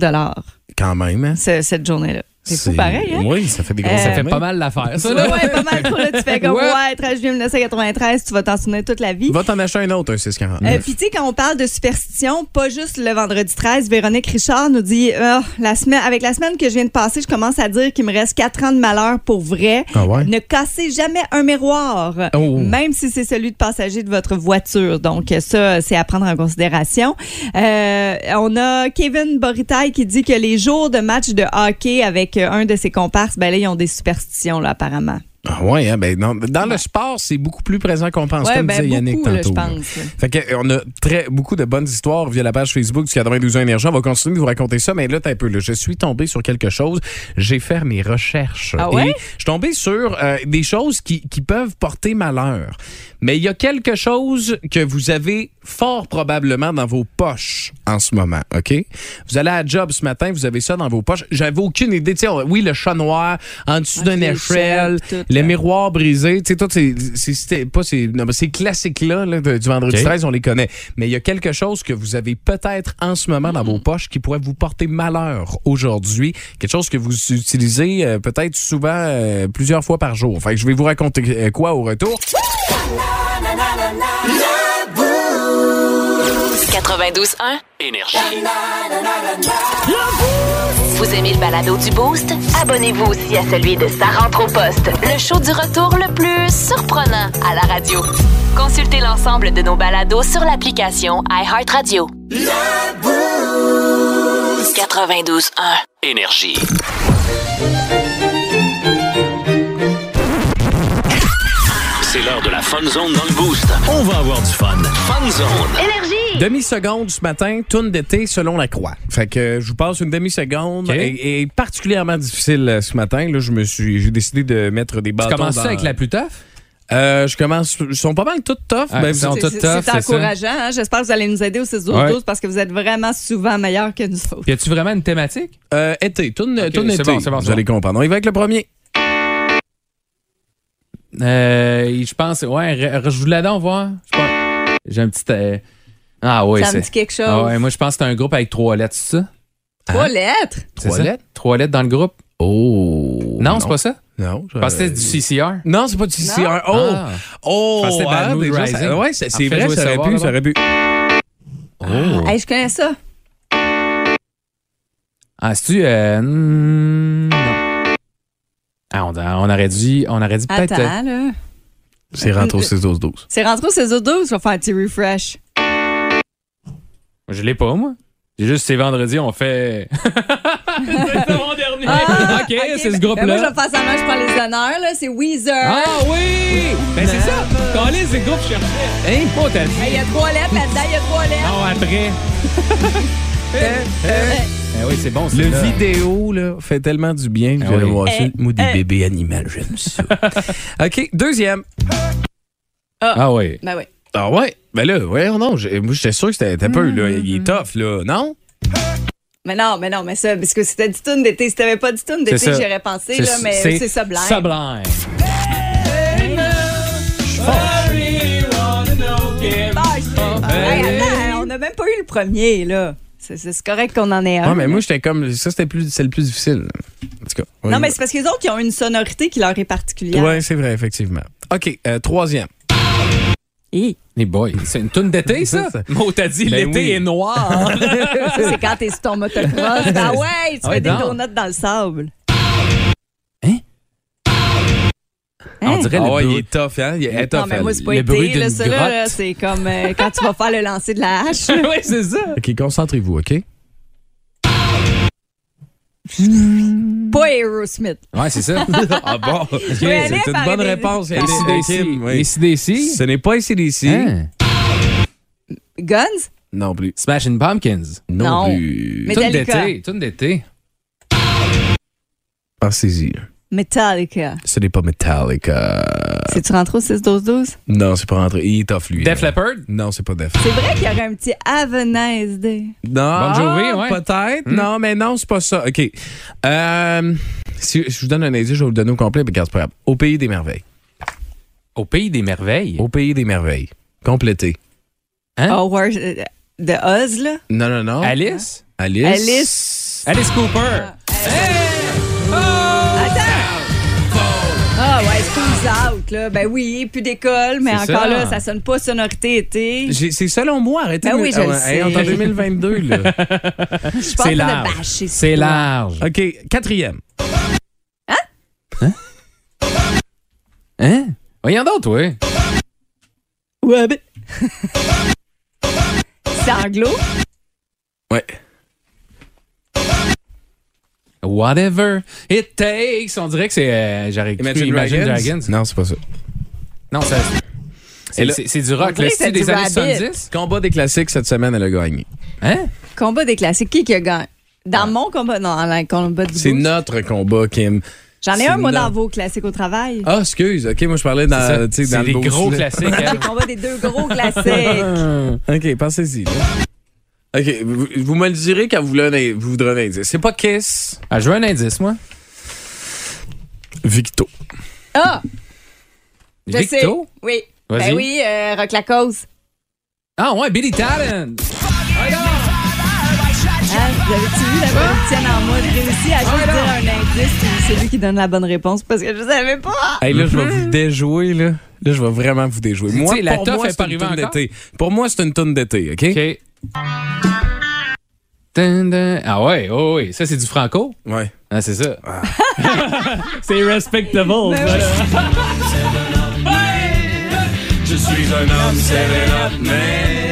[SPEAKER 4] Quand même, hein?
[SPEAKER 5] ce- cette journée-là. C'est fou pareil, hein?
[SPEAKER 4] Oui, ça fait des grosses
[SPEAKER 5] Euh,
[SPEAKER 6] Ça fait
[SPEAKER 4] sommes.
[SPEAKER 6] pas mal l'affaire, ça.
[SPEAKER 5] Ouais,
[SPEAKER 6] là.
[SPEAKER 5] ouais, pas mal trop, là, tu fais comme,
[SPEAKER 6] Ouais.
[SPEAKER 5] ouais, 13 juillet 1993, tu vas t'en souvenir toute la vie.
[SPEAKER 4] Va t'en acheter un autre, un 640.
[SPEAKER 5] Euh, Puis tu sais, quand on parle de superstition, pas juste le vendredi 13, Véronique Richard nous dit, Ah, la semaine, avec la semaine que je viens de passer, je commence à dire qu'il me reste 4 ans de malheur pour vrai.
[SPEAKER 4] Ah ouais?
[SPEAKER 5] Ne cassez jamais un miroir,
[SPEAKER 4] Oh.
[SPEAKER 5] même si c'est celui de passager de votre voiture. Donc ça, c'est à prendre en considération. Euh, on a Kevin Boritaille qui dit que les jours de match de hockey avec euh, un de ses comparses, ben là, ils ont des superstitions, là, apparemment.
[SPEAKER 4] Ah ouais, hein, ben non, dans le sport, c'est beaucoup plus présent qu'on pense,
[SPEAKER 5] Ouais,
[SPEAKER 4] comme
[SPEAKER 5] ben,
[SPEAKER 4] disait Yannick
[SPEAKER 5] beaucoup, là,
[SPEAKER 4] tantôt.
[SPEAKER 5] je pense.
[SPEAKER 4] Fait que, euh, on a très, beaucoup de bonnes histoires via la page Facebook du 92 Énergie. On va continuer de vous raconter ça, mais là, t'as un peu. Là, je suis tombé sur quelque chose. J'ai fait mes recherches.
[SPEAKER 5] Ah ouais?
[SPEAKER 4] Et je suis tombé sur euh, des choses qui, qui peuvent porter malheur. Mais il y a quelque chose que vous avez fort probablement dans vos poches en ce moment, OK? Vous allez à la job ce matin, vous avez ça dans vos poches. J'avais aucune idée. Tu sais, on- oui, le chat noir, en dessous
[SPEAKER 5] Ah,
[SPEAKER 4] d'une
[SPEAKER 5] les
[SPEAKER 4] échelle,
[SPEAKER 5] chefs, tout,
[SPEAKER 4] le
[SPEAKER 5] là.
[SPEAKER 4] miroir brisé. Tu sais, tout ces, ces- c'était pas ces, non, mais ces classiques-là là, de- du vendredi
[SPEAKER 6] OK.
[SPEAKER 4] 13, on les connaît. Mais il y a quelque chose que vous avez peut-être en ce moment dans vos poches qui pourrait vous porter malheur aujourd'hui. Quelque chose que vous utilisez euh, peut-être souvent euh, plusieurs fois par jour. Fait que je vais vous raconter euh, quoi au retour.
[SPEAKER 1] 92.1.
[SPEAKER 2] Énergie.
[SPEAKER 1] Vous aimez le balado du Boost? Abonnez-vous aussi à celui de Sa rentre au poste, le show du retour le plus surprenant à la radio. Consultez l'ensemble de nos balados sur l'application iHeartRadio. 92.1.
[SPEAKER 2] Énergie. C'est l'heure de la fun zone dans le boost. On va avoir du fun. Fun zone.
[SPEAKER 4] Demi-seconde ce matin, tourne d'été selon la croix. Fait que euh, je vous passe une demi-seconde.
[SPEAKER 6] OK.
[SPEAKER 4] Et, et particulièrement difficile euh, ce matin. Là, je me suis, j'ai décidé de mettre des
[SPEAKER 6] Tu
[SPEAKER 4] bâtons
[SPEAKER 6] commences ça
[SPEAKER 4] dans-
[SPEAKER 6] avec la plus tough?
[SPEAKER 4] Euh, je commence. Ils sont pas mal toutes tough.
[SPEAKER 6] Ah,
[SPEAKER 4] Ben,
[SPEAKER 6] ils sont
[SPEAKER 4] vous-
[SPEAKER 6] toutes
[SPEAKER 5] C'est-
[SPEAKER 6] tough,
[SPEAKER 5] C'est
[SPEAKER 6] c'est ça.
[SPEAKER 5] encourageant. hein. J'espère que vous allez nous aider au 6 12
[SPEAKER 6] Ouais.
[SPEAKER 5] parce que vous êtes vraiment souvent meilleurs que nous autres.
[SPEAKER 6] Puis as-tu vraiment une thématique?
[SPEAKER 4] Euh, été, tourne,
[SPEAKER 6] Ok,
[SPEAKER 4] tourne
[SPEAKER 6] c'est
[SPEAKER 4] été.
[SPEAKER 6] bon, c'est bon,
[SPEAKER 4] vous
[SPEAKER 6] c'est
[SPEAKER 4] allez comprendre. On y va avec le premier.
[SPEAKER 6] Euh, je pense, ouais, rejoue la dent, voir. Je pense- J'ai un petit. euh, Ah ouais,
[SPEAKER 5] ça me
[SPEAKER 6] c'est.
[SPEAKER 5] dit quelque chose.
[SPEAKER 6] Ah ouais, moi je pense que c'est un groupe avec trois lettres, c'est ça?
[SPEAKER 5] Trois lettres.
[SPEAKER 6] C'est
[SPEAKER 4] Trois
[SPEAKER 6] ça?
[SPEAKER 4] lettres?
[SPEAKER 6] Trois lettres dans le groupe?
[SPEAKER 4] Oh.
[SPEAKER 6] non, c'est pas ça?
[SPEAKER 4] Non. Euh,
[SPEAKER 6] Je pensais que c'était du CCR.
[SPEAKER 4] Non, c'est pas du CR. Oh!
[SPEAKER 6] Ah.
[SPEAKER 4] Oh!
[SPEAKER 6] Je pensais
[SPEAKER 4] ah,
[SPEAKER 6] Bad Mood
[SPEAKER 4] déjà,
[SPEAKER 6] Rising.
[SPEAKER 4] ça- ouais, c'est,
[SPEAKER 6] En
[SPEAKER 4] c'est
[SPEAKER 6] fait,
[SPEAKER 4] vrai,
[SPEAKER 6] jouer
[SPEAKER 4] ça aurait,
[SPEAKER 6] savoir,
[SPEAKER 4] pu,
[SPEAKER 6] là-bas.
[SPEAKER 4] ça aurait pu.
[SPEAKER 5] Hey, je connais ça.
[SPEAKER 6] Ah, c'est-tu. euh, hmm, non. Ah, on, on aurait dit, on aurait dit peut-être.
[SPEAKER 5] Attends, là.
[SPEAKER 4] C'est rentre au 6-12-12.
[SPEAKER 5] C'est rentré au 6 12 je vais faire un petit refresh.
[SPEAKER 6] euh, je l'ai pas, moi. J'ai juste, c'est vendredi, on fait. c'est mon dernier.
[SPEAKER 5] Ah,
[SPEAKER 6] ok, c'est ce
[SPEAKER 5] ben-
[SPEAKER 6] groupe-là.
[SPEAKER 5] ben moi, je vais faire semblant, je prends les honneurs, là. C'est Weezer.
[SPEAKER 6] Ah oui! Ben c'est ça! Colin, c'est le groupe que je cherchais. Hein? Oh, t'as dit.
[SPEAKER 5] Hey, Il y a trois lettres là-dedans, il y a trois lettres.
[SPEAKER 6] Non, Oh, après.
[SPEAKER 5] Euh,
[SPEAKER 6] Eh oui, c'est bon, c'est
[SPEAKER 4] Le
[SPEAKER 6] là.
[SPEAKER 4] vidéo, là, fait tellement du bien. Vous
[SPEAKER 6] Ah
[SPEAKER 4] allez
[SPEAKER 6] oui.
[SPEAKER 4] voir ça.
[SPEAKER 5] Eh,
[SPEAKER 4] Moi, des
[SPEAKER 5] eh.
[SPEAKER 4] bébés animaux, j'aime ça. OK, deuxième.
[SPEAKER 6] Ah oui.
[SPEAKER 5] Ben oui.
[SPEAKER 4] Ah ouais? Ben là, ouais, non. j'ai- Moi, j'étais sûr que c'était
[SPEAKER 5] Mm.
[SPEAKER 4] un peu, là. Il est tough, là. Non?
[SPEAKER 5] Mais non, mais non, mais ça, parce que c'était du tune d'été. Si t'avais pas du tune d'été,
[SPEAKER 6] C'est ça.
[SPEAKER 5] j'aurais pensé, là, mais c'est ça, blague.
[SPEAKER 6] Sublime. Ah, ben
[SPEAKER 5] Hey, attends, on n'a même pas eu le premier, là. C'est c'est correct qu'on en ait un.
[SPEAKER 4] Ouais, mais moi, j'étais comme. Ça, c'était plus, c'est le plus difficile. En tout cas. on
[SPEAKER 5] hein. Non,
[SPEAKER 4] y va.
[SPEAKER 5] mais c'est parce que les autres, ils ont une sonorité qui leur est particulière.
[SPEAKER 4] Ouais, c'est vrai, effectivement. OK, euh, troisième.
[SPEAKER 5] Hi.
[SPEAKER 6] Les boys, c'est une toune d'été, ça?
[SPEAKER 4] Ça, ça-
[SPEAKER 6] Moi, t'as dit,
[SPEAKER 4] Ben
[SPEAKER 6] l'été
[SPEAKER 4] oui.
[SPEAKER 6] est noir.
[SPEAKER 5] Ça, c'est quand t'es sur ton motocross. Ah ouais, tu
[SPEAKER 6] Ah ouais,
[SPEAKER 5] fais des
[SPEAKER 6] donc.
[SPEAKER 5] donuts dans le sable.
[SPEAKER 6] Hein? On
[SPEAKER 5] Hein?
[SPEAKER 6] dirait
[SPEAKER 4] Ah
[SPEAKER 6] le
[SPEAKER 4] ouais,
[SPEAKER 6] bruit.
[SPEAKER 4] il est tough, hein? Il est tough.
[SPEAKER 5] Non, mais moi, c'est pas
[SPEAKER 6] le bruit
[SPEAKER 5] été, là,
[SPEAKER 6] d'une
[SPEAKER 5] ça, là,
[SPEAKER 6] grotte.
[SPEAKER 5] là, c'est comme euh, quand tu vas faire le lancer de la hache. là.
[SPEAKER 6] oui, c'est ça.
[SPEAKER 4] OK, concentrez-vous, OK?
[SPEAKER 5] Pas Aerosmith.
[SPEAKER 6] Ouais, c'est ça.
[SPEAKER 4] ah bon?
[SPEAKER 5] vais aller
[SPEAKER 4] c'est une
[SPEAKER 5] faire
[SPEAKER 4] bonne
[SPEAKER 5] des-
[SPEAKER 4] réponse.
[SPEAKER 5] des-
[SPEAKER 4] Yannick.
[SPEAKER 6] Les
[SPEAKER 4] Kim, oui.
[SPEAKER 6] CDC. Les CDC.
[SPEAKER 4] Ce n'est pas ACDC.
[SPEAKER 6] Hein?
[SPEAKER 5] Guns?
[SPEAKER 4] Non plus.
[SPEAKER 6] Smashing Pumpkins.
[SPEAKER 5] Non.
[SPEAKER 4] Non, plus.
[SPEAKER 5] Mais-
[SPEAKER 6] Toune
[SPEAKER 5] Metallica.
[SPEAKER 6] d'été. Toune d'été.
[SPEAKER 4] Pensez-y.
[SPEAKER 5] Metallica.
[SPEAKER 6] Euh.
[SPEAKER 4] Ce n'est pas Metallica.
[SPEAKER 5] C'est-tu rentré au 6-12-12?
[SPEAKER 4] Non, c'est pas rentré. Il est tough, lui.
[SPEAKER 6] Def
[SPEAKER 4] là.
[SPEAKER 6] Leppard.
[SPEAKER 4] Non, c'est pas Def.
[SPEAKER 5] C'est vrai qu'il y aurait un petit Have a nice day.
[SPEAKER 4] Non,
[SPEAKER 6] Bon Jovi, ouais.
[SPEAKER 4] peut-être. Non, mais non, c'est pas ça. OK. Euh, si je vous donne un indice, je vais vous le donner au complet, mais regarde, c'est pas grave. Au pays des merveilles.
[SPEAKER 6] Au pays des merveilles.
[SPEAKER 4] Au pays des merveilles. Complété.
[SPEAKER 6] Hein?
[SPEAKER 5] Howard euh, de Oz, là.
[SPEAKER 4] Non, non, non.
[SPEAKER 6] Alice?
[SPEAKER 4] Alice.
[SPEAKER 5] Alice.
[SPEAKER 6] Alice Cooper.
[SPEAKER 5] Ah ouais, School's Out, là. Ben oui, plus d'école, mais
[SPEAKER 6] C'est
[SPEAKER 5] encore
[SPEAKER 6] ça.
[SPEAKER 5] là, ça sonne pas sonorité été.
[SPEAKER 4] J'ai- C'est selon moi, arrêtez
[SPEAKER 5] Ben
[SPEAKER 4] de-
[SPEAKER 5] oui, je
[SPEAKER 4] Ah ouais,
[SPEAKER 5] le sais.
[SPEAKER 4] hey, on est en 2022, là.
[SPEAKER 5] Je suis pas en
[SPEAKER 6] C'est
[SPEAKER 5] train de
[SPEAKER 6] large.
[SPEAKER 5] bâcher ça.
[SPEAKER 6] C'est large.
[SPEAKER 4] OK, quatrième.
[SPEAKER 6] Hein? Voyons donc, toi.
[SPEAKER 5] Ouais, ben- C'est anglo.
[SPEAKER 4] Ouais.
[SPEAKER 6] Whatever it takes. On dirait que c'est. euh, J'aurais cru
[SPEAKER 4] Imagine, Dragons? Non, c'est pas ça.
[SPEAKER 6] Non, ça-
[SPEAKER 4] Et
[SPEAKER 6] c'est.
[SPEAKER 4] là-
[SPEAKER 6] C'est c'est du
[SPEAKER 5] On
[SPEAKER 6] rock,
[SPEAKER 5] dirait
[SPEAKER 6] le
[SPEAKER 5] que c'est
[SPEAKER 6] style des
[SPEAKER 5] du
[SPEAKER 6] années
[SPEAKER 5] rabbit.
[SPEAKER 6] 70.
[SPEAKER 4] Combat des classiques cette semaine, elle a gagné.
[SPEAKER 6] Hein?
[SPEAKER 5] Combat des classiques. Qui qui a gagné? Dans mon combat, non, dans le combat du
[SPEAKER 4] C'est
[SPEAKER 5] boost.
[SPEAKER 4] notre combat, Kim.
[SPEAKER 5] J'en ai
[SPEAKER 4] c'est
[SPEAKER 5] un, moi,
[SPEAKER 4] no-
[SPEAKER 5] dans vos classiques au travail.
[SPEAKER 4] Ah, excuse. OK, moi, je parlais
[SPEAKER 6] C'est ça.
[SPEAKER 4] dans, tu sais, dans
[SPEAKER 6] C'est
[SPEAKER 4] le
[SPEAKER 6] des
[SPEAKER 4] beau
[SPEAKER 6] gros
[SPEAKER 4] soulet.
[SPEAKER 6] classiques.
[SPEAKER 5] Le
[SPEAKER 6] hein?
[SPEAKER 5] combat des deux gros classiques.
[SPEAKER 4] Ah. OK, pensez-y. là. OK, vous, vous me le direz quand vous voulez un in- vous voudrez un indice. C'est pas Kiss.
[SPEAKER 6] Ah, je veux un indice, moi.
[SPEAKER 4] Victo.
[SPEAKER 5] Ah, je
[SPEAKER 6] Victo?
[SPEAKER 5] sais. Oui.
[SPEAKER 6] Vas-y.
[SPEAKER 5] Ben oui, euh, Rock la cause.
[SPEAKER 6] Ah, ouais, Billy Talent.
[SPEAKER 5] Hein, vous avez-tu vu la politicienne en mode réussie à juste dire un indice puis c'est lui qui donne la bonne réponse parce que je savais pas.
[SPEAKER 4] Hey, là, je vais vous déjouer, là. Là, je vais vraiment vous déjouer. Moi,
[SPEAKER 6] Tu sais, la
[SPEAKER 4] pour
[SPEAKER 6] toffe
[SPEAKER 4] moi,
[SPEAKER 6] est
[SPEAKER 4] c'est
[SPEAKER 6] pas
[SPEAKER 4] une
[SPEAKER 6] arrivée
[SPEAKER 4] toune
[SPEAKER 6] encore?
[SPEAKER 4] d'été. Pour moi, c'est une toune d'été, OK?
[SPEAKER 6] OK. Dun, dun. Ah ouais, oh oui. Ça, c'est du franco?
[SPEAKER 4] Ouais.
[SPEAKER 6] Ah, c'est ça. c'est respectable.
[SPEAKER 4] Je suis un homme,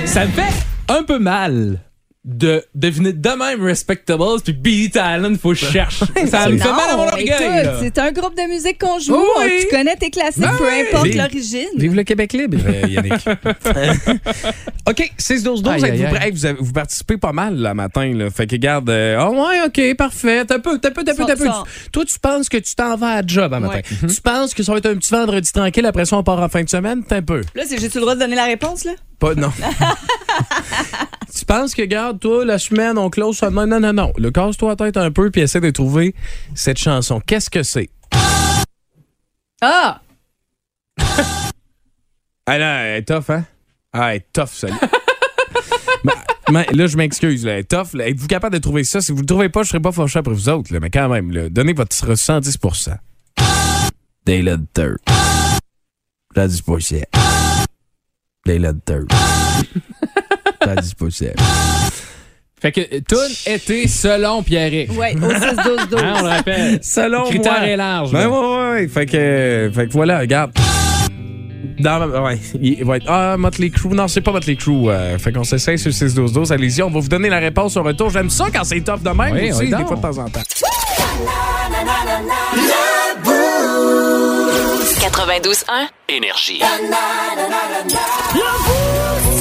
[SPEAKER 6] Ça me fait un peu mal de deviner de même Respectables puis Billy Talent, faut que je cherche. Ça me fait mal à mon
[SPEAKER 5] Non,
[SPEAKER 6] orgueil.
[SPEAKER 5] écoute,
[SPEAKER 6] là.
[SPEAKER 5] c'est un groupe de musique qu'on joue.
[SPEAKER 6] Oui.
[SPEAKER 5] Tu connais tes classiques, peu
[SPEAKER 6] oui.
[SPEAKER 5] importe
[SPEAKER 4] Vive-
[SPEAKER 5] l'origine.
[SPEAKER 4] Vive le Québec libre, euh, Yannick. OK, 6-12-12,
[SPEAKER 6] Aïe, aïe,
[SPEAKER 4] êtes-vous
[SPEAKER 6] aïe.
[SPEAKER 4] prêts? Hey, Vous, avez- vous participez pas mal, là, matin. Là. Fait que, garde, oh ouais, OK, parfait. T'as peu, t'as peu, t'as peu,
[SPEAKER 5] Sors,
[SPEAKER 4] t'as peu.
[SPEAKER 5] sors.
[SPEAKER 4] Tu- Toi, tu penses que tu t'en vas à job, à matin. Tu penses que ça va être un petit vendredi tranquille, après ça, on part en fin de semaine? T'as un peu.
[SPEAKER 5] Là, c'est- j'ai-tu le droit de donner la réponse, là?
[SPEAKER 4] Pas, non. tu penses que, garde, toi, la semaine, on close ça. Non, non, non, non. Le casse-toi la tête un peu, puis essaie de trouver cette chanson. Qu'est-ce que c'est?
[SPEAKER 5] Ah!
[SPEAKER 4] Ah là, elle est tough, hein? Ah, elle est tough, celle-là. Ben, ben, là, je m'excuse. là, Elle est tough. là. Êtes-vous capable de trouver ça? Si vous le trouvez pas, je serai pas fâché après vous autres. là, Mais quand même, là, donnez votre 110 Dayla de Dirt. 110 Dayla de Dirt. 110
[SPEAKER 6] Fait que euh, Toon était selon Pierre.
[SPEAKER 5] Ouais, au 6-12-12.
[SPEAKER 6] Hein, on le rappelle.
[SPEAKER 4] Selon
[SPEAKER 6] Critère
[SPEAKER 4] moi.
[SPEAKER 6] est large.
[SPEAKER 4] Ben
[SPEAKER 6] là.
[SPEAKER 4] ouais, ouais, ouais. Fait que, fait que voilà, regarde. Dans, ouais, il va être. Ah, Motley Crue. Non, c'est pas Motley Crue. euh, fait qu'on s'essaye sur 6-12-12. Allez-y, on va vous donner la réponse au retour. J'aime ça quand c'est top de même
[SPEAKER 6] Oui,
[SPEAKER 4] aussi,
[SPEAKER 6] oui,
[SPEAKER 4] des
[SPEAKER 6] donc.
[SPEAKER 4] fois de temps en temps.
[SPEAKER 1] 92.1.
[SPEAKER 2] Énergie.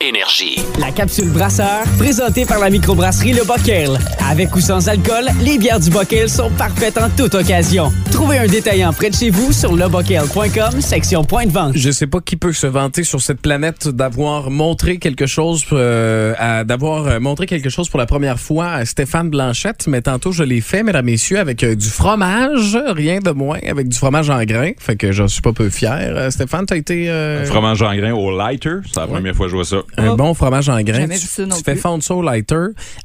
[SPEAKER 2] Énergie.
[SPEAKER 7] La capsule brasseur, présentée par la microbrasserie Le Bockel. Avec ou sans alcool, les bières du Bockel sont parfaites en toute occasion. Trouvez un détaillant près de chez vous sur lebockel.com, section point de vente.
[SPEAKER 4] Je sais pas qui peut se vanter sur cette planète d'avoir montré quelque chose, euh, à- d'avoir euh, montré quelque chose pour la première fois à Stéphane Blanchette, mais tantôt je l'ai fait, mesdames, messieurs, avec euh, du fromage, rien de moins, avec du fromage en grain. Fait que j'en suis pas peu fier. Euh, Stéphane, t'as été euh,
[SPEAKER 8] Fromage en grain au lighter, c'est la première fois que je vois ça.
[SPEAKER 4] un
[SPEAKER 5] Oh.
[SPEAKER 4] bon fromage en grain.
[SPEAKER 5] Jamais
[SPEAKER 4] Tu,
[SPEAKER 5] vu ça non
[SPEAKER 4] tu fais
[SPEAKER 5] plus.
[SPEAKER 4] fondre ça au lighter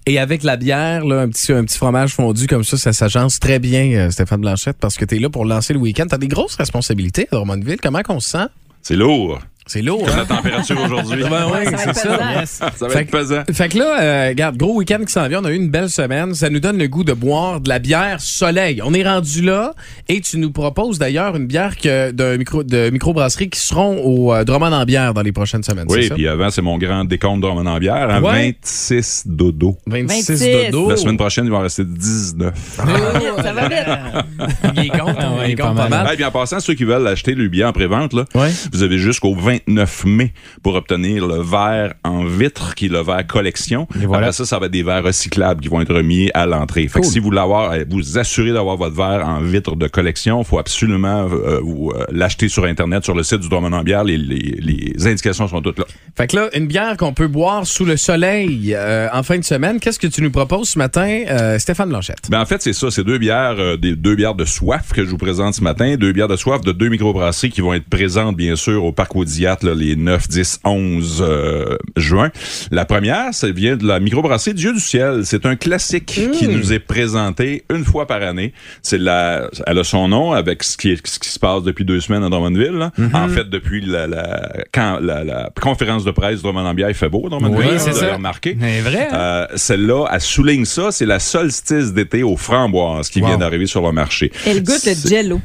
[SPEAKER 4] et avec la bière, là, un petit un petit fromage fondu comme ça, ça s'agence très bien, euh, Stéphane Blanchette, parce que t'es là pour lancer le week-end. T'as des grosses responsabilités à Drummondville. Comment qu'on se sent?
[SPEAKER 8] C'est lourd.
[SPEAKER 4] C'est lourd.
[SPEAKER 8] Comme
[SPEAKER 4] hein?
[SPEAKER 8] la température aujourd'hui.
[SPEAKER 5] Ça va être pesant.
[SPEAKER 8] Ça va
[SPEAKER 4] Ben Fait
[SPEAKER 8] être
[SPEAKER 4] que-
[SPEAKER 8] pesant.
[SPEAKER 4] Fait que là, euh, regarde, gros week-end qui s'en vient. On a eu une belle semaine. Ça nous donne le goût de boire de la bière soleil. On est rendu là et tu nous proposes d'ailleurs une bière que, de, micro, de microbrasserie qui seront au euh, Drummond en bière dans les prochaines semaines. c'est
[SPEAKER 8] Oui,
[SPEAKER 4] ça?
[SPEAKER 8] puis avant, c'est mon grand décompte de Roman en bière à
[SPEAKER 4] Ouais. Oh.
[SPEAKER 8] 26 dodo.
[SPEAKER 4] 26,
[SPEAKER 5] 26.
[SPEAKER 4] dodo.
[SPEAKER 8] La semaine prochaine, il va en rester 19.
[SPEAKER 5] Ça va vite, ça va vite.
[SPEAKER 4] Il est content,
[SPEAKER 6] Ah ouais,
[SPEAKER 4] il est content
[SPEAKER 6] pas
[SPEAKER 4] pas
[SPEAKER 6] mal.
[SPEAKER 4] mal.
[SPEAKER 8] Et puis en passant, ceux qui veulent acheter le billet en pré-vente, là,
[SPEAKER 4] Ouais.
[SPEAKER 8] vous avez jusqu'au 20 29 mai pour obtenir le verre en vitre, qui est le verre collection.
[SPEAKER 6] Et voilà.
[SPEAKER 8] Après ça, ça va être des verres recyclables qui vont être remis à l'entrée. Fait
[SPEAKER 6] Cool.
[SPEAKER 8] que si vous l'avoir, euh, vous assurez d'avoir votre verre en vitre de collection, faut absolument euh, vous, euh, l'acheter sur Internet, sur le site du Drummond en bière. Les, les- les indications sont toutes là.
[SPEAKER 4] Fait que là, une bière qu'on peut boire sous le soleil euh, en fin de semaine. Qu'est-ce que tu nous proposes ce matin, euh, Stéphane Blanchette?
[SPEAKER 8] Ben en fait, c'est ça, c'est deux bières, euh, des deux bières de soif que je vous présente ce matin, deux bières de soif de deux microbrasseries qui vont être présentes bien sûr au parc Audiat là, les 9, 10, 11 euh, juin. La première, ça vient de la microbrasserie Dieu du ciel, c'est un classique
[SPEAKER 6] Mmh.
[SPEAKER 8] qui nous est présenté une fois par année. C'est la elle a son nom avec ce qui est- ce qui se passe depuis deux semaines à Drummondville, là.
[SPEAKER 6] Mmh.
[SPEAKER 8] en fait depuis la, la, quand, la, la conférence de presse Drummond en bière, il fait beau à Drummondville,
[SPEAKER 6] Oui,
[SPEAKER 8] hein,
[SPEAKER 6] c'est
[SPEAKER 8] vous avez
[SPEAKER 6] ça.
[SPEAKER 8] remarqué.
[SPEAKER 6] Mais vrai. hein?
[SPEAKER 8] Euh, Celle-là, elle souligne ça, c'est la solstice d'été aux framboises qui
[SPEAKER 6] Wow.
[SPEAKER 8] vient d'arriver sur le marché.
[SPEAKER 5] Elle goûte le jello.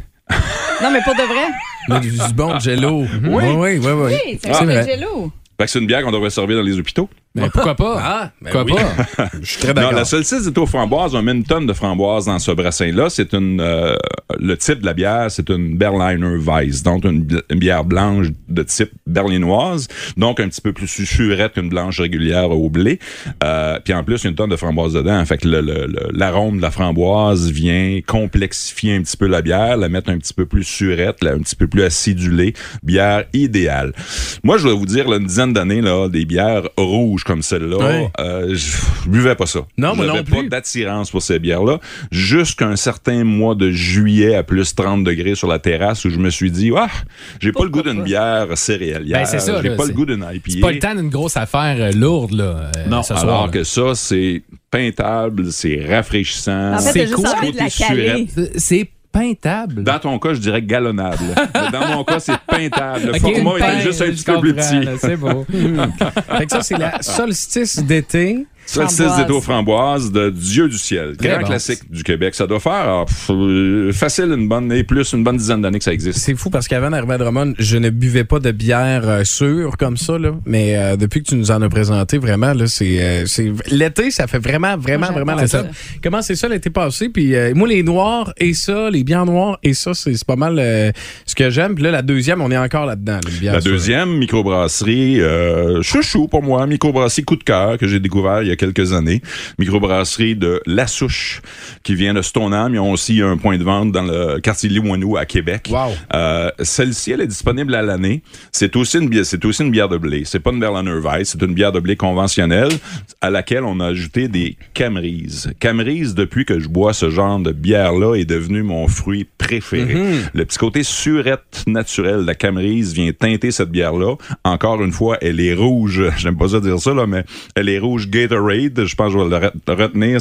[SPEAKER 5] Non, mais pour de vrai.
[SPEAKER 4] Il y a Ah, du, du bon jello. Oui, oui, oui. oui. Ah, C'est vrai.
[SPEAKER 5] jello.
[SPEAKER 8] Fait que c'est une bière qu'on devrait servir dans les hôpitaux.
[SPEAKER 6] Mais pourquoi pas?
[SPEAKER 4] Ah, ben
[SPEAKER 6] pourquoi
[SPEAKER 4] oui.
[SPEAKER 6] pas?
[SPEAKER 4] Je suis très
[SPEAKER 8] Non,
[SPEAKER 4] d'accord.
[SPEAKER 8] la solstice d'été aux framboises, on met une tonne de framboises dans ce brassin-là. C'est une euh, le type de la bière, c'est une Berliner Weiss, donc une, bl- une bière blanche de type berlinoise, donc un petit peu plus susurette qu'une blanche régulière au blé. Euh, Puis en plus, il y a une tonne de framboises dedans. Fait que le- le- le- l'arôme de la framboise vient complexifier un petit peu la bière, la mettre un petit peu plus surette, là, un petit peu plus acidulée. Bière idéale. Moi, je vais vous dire, là, une dizaine d'années, là, des bières rouges comme celle-là,
[SPEAKER 4] Ouais.
[SPEAKER 8] euh, je je buvais pas ça.
[SPEAKER 4] Non, moi
[SPEAKER 8] J'avais
[SPEAKER 4] non plus.
[SPEAKER 8] pas d'attirance pour ces bières-là. Jusqu'à un certain mois de juillet à plus 30 degrés sur la terrasse où je me suis dit, ah, j'ai pas le goût d'une bière céréalière.
[SPEAKER 6] Ben, c'est ça,
[SPEAKER 8] J'ai
[SPEAKER 6] là,
[SPEAKER 8] pas
[SPEAKER 6] c'est-
[SPEAKER 8] le goût d'une IPA.
[SPEAKER 6] C'est pas le temps d'une grosse affaire euh, lourde, là, euh,
[SPEAKER 8] Non,
[SPEAKER 6] ce
[SPEAKER 8] alors
[SPEAKER 6] soir. là.
[SPEAKER 8] que ça, c'est peintable, c'est rafraîchissant.
[SPEAKER 5] En fait,
[SPEAKER 6] C'est
[SPEAKER 5] t'as juste
[SPEAKER 6] cool.
[SPEAKER 5] envie de la
[SPEAKER 8] Côté surette.
[SPEAKER 5] caler.
[SPEAKER 6] C'est- C'est peintable.
[SPEAKER 8] Dans ton cas, je dirais galonnable. Mais Dans mon cas, c'est peintable. Le
[SPEAKER 6] Ok, une
[SPEAKER 8] format
[SPEAKER 6] pince,
[SPEAKER 8] était juste un
[SPEAKER 6] je
[SPEAKER 8] petit peu plus
[SPEAKER 6] comprends,
[SPEAKER 8] petit.
[SPEAKER 6] là, C'est beau.
[SPEAKER 4] Fait que ça, c'est la solstice d'été.
[SPEAKER 8] Solstice
[SPEAKER 5] Framboise.
[SPEAKER 8] d'étau framboise de Dieu du ciel.
[SPEAKER 6] Très
[SPEAKER 8] Grand
[SPEAKER 6] bon.
[SPEAKER 8] classique du Québec. Ça doit faire ah, pff, euh, facile une bonne et plus une bonne dizaine d'années que ça existe.
[SPEAKER 4] C'est fou parce qu'avant d'arriver à Drummond, je ne buvais pas de bière euh, sûre comme ça, là. Mais euh, depuis que tu nous en as présenté, vraiment, là, c'est. euh, c'est- l'été, ça fait vraiment, vraiment,
[SPEAKER 5] Moi,
[SPEAKER 4] vraiment la
[SPEAKER 5] j'adore
[SPEAKER 4] table. Comment c'est ça l'été passé? Puis euh, moi, les noirs et ça, les bières noires et ça, c'est c'est pas mal euh, ce que j'aime. Puis là, la deuxième, on est encore là-dedans, les bières
[SPEAKER 8] La
[SPEAKER 4] sûres.
[SPEAKER 8] deuxième microbrasserie, euh, chouchou pour moi, microbrasserie coup de cœur que j'ai découvert il y a quelques années. Microbrasserie de La Souche qui vient de Stoneham. Ils ont aussi un point de vente dans le quartier Limoinou à Québec.
[SPEAKER 4] Wow.
[SPEAKER 8] Euh, Celle-ci, elle est disponible à l'année. C'est aussi une bière, c'est aussi une bière de blé. C'est pas une Berliner Weiss, c'est une bière de blé conventionnelle à laquelle on a ajouté des Camerises. Camerises, depuis que je bois ce genre de bière-là, est devenu mon fruit préféré. Le petit côté surette naturel de la Camerise vient teinter cette bière-là. Encore une fois, elle est rouge. J'aime pas ça dire ça, là, mais elle est rouge Gatorade. Je pense que je vais le re- retenir,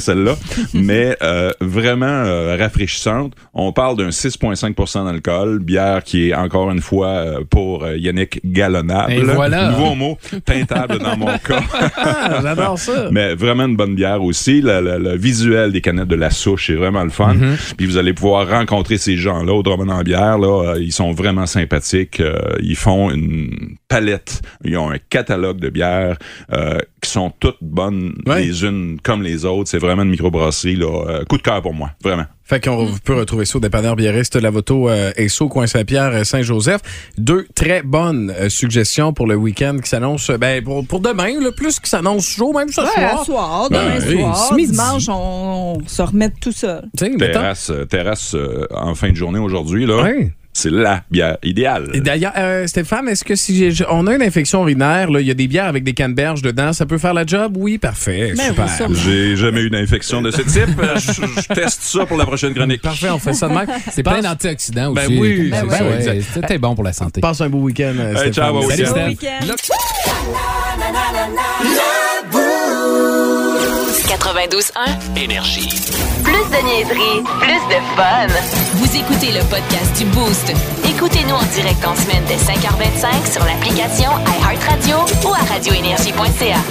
[SPEAKER 8] celle-là. mais euh, vraiment euh, rafraîchissante. On parle d'un 6,5 d'alcool. Bière qui est, encore une fois, euh, pour euh, Yannick, galonnable.
[SPEAKER 6] Et voilà.
[SPEAKER 8] Nouveau mot, peintable dans mon cas.
[SPEAKER 4] Ah, j'adore ça.
[SPEAKER 8] Mais vraiment une bonne bière aussi. Le, le- le visuel des canettes de la souche est vraiment le fun.
[SPEAKER 4] Mhm.
[SPEAKER 8] Puis vous allez pouvoir rencontrer ces gens-là au Drummond en bière. Là, euh, ils sont vraiment sympathiques. Euh, ils font une palette. Ils ont un catalogue de bières euh, qui sont toutes bonnes
[SPEAKER 4] Ouais.
[SPEAKER 8] les unes comme les autres. C'est vraiment une microbrasserie. Là, Euh, coup de cœur pour moi, vraiment.
[SPEAKER 4] Fait qu'on re- peut retrouver ça au dépanneur biériste Lavoto euh, et Sceaux, coin Saint-Pierre, euh, Saint-Joseph. Deux très bonnes euh, suggestions pour le week-end qui s'annonce, euh, ben, pour, pour demain, le plus qui s'annonce chaud, même ce
[SPEAKER 5] Ouais,
[SPEAKER 4] soir.
[SPEAKER 5] à soir, demain
[SPEAKER 4] Ben oui,
[SPEAKER 5] soir,
[SPEAKER 4] ce midi.
[SPEAKER 5] dimanche, on, on se remet tout seul.
[SPEAKER 4] Tu sais, mettons.
[SPEAKER 8] Terrasse, euh, terrasse euh, en fin de journée aujourd'hui. là.
[SPEAKER 4] Ouais.
[SPEAKER 8] C'est la bière idéale.
[SPEAKER 4] Et D'ailleurs, euh, Stéphane, est-ce que si j'ai- j'ai- on a une infection urinaire, là, il y a des bières avec des canneberges dedans, ça peut faire la job? Oui, parfait.
[SPEAKER 5] Ben oui,
[SPEAKER 4] super.
[SPEAKER 5] sûrement.
[SPEAKER 8] J'ai jamais eu d'infection de ce type. Euh, je, je teste ça pour la prochaine chronique.
[SPEAKER 4] Parfait, on fait ça de même.
[SPEAKER 6] C'est plein d'antioxydants aussi.
[SPEAKER 4] Ben oui,
[SPEAKER 6] C'est
[SPEAKER 4] ben
[SPEAKER 6] ça,
[SPEAKER 4] oui.
[SPEAKER 6] ouais. C'est c'est bon pour la santé.
[SPEAKER 4] Passe un beau week-end, euh, Stéphane.
[SPEAKER 8] ciao, bon
[SPEAKER 4] Salut,
[SPEAKER 8] week-end.
[SPEAKER 5] Bon
[SPEAKER 6] Steph.
[SPEAKER 5] week-end.
[SPEAKER 1] 92.1.
[SPEAKER 2] Énergie.
[SPEAKER 1] Plus de niaiserie, plus de fun. Vous écoutez le podcast du Boost. Écoutez-nous en direct en semaine dès 5h25 sur l'application iHeartRadio ou à radioénergie.ca.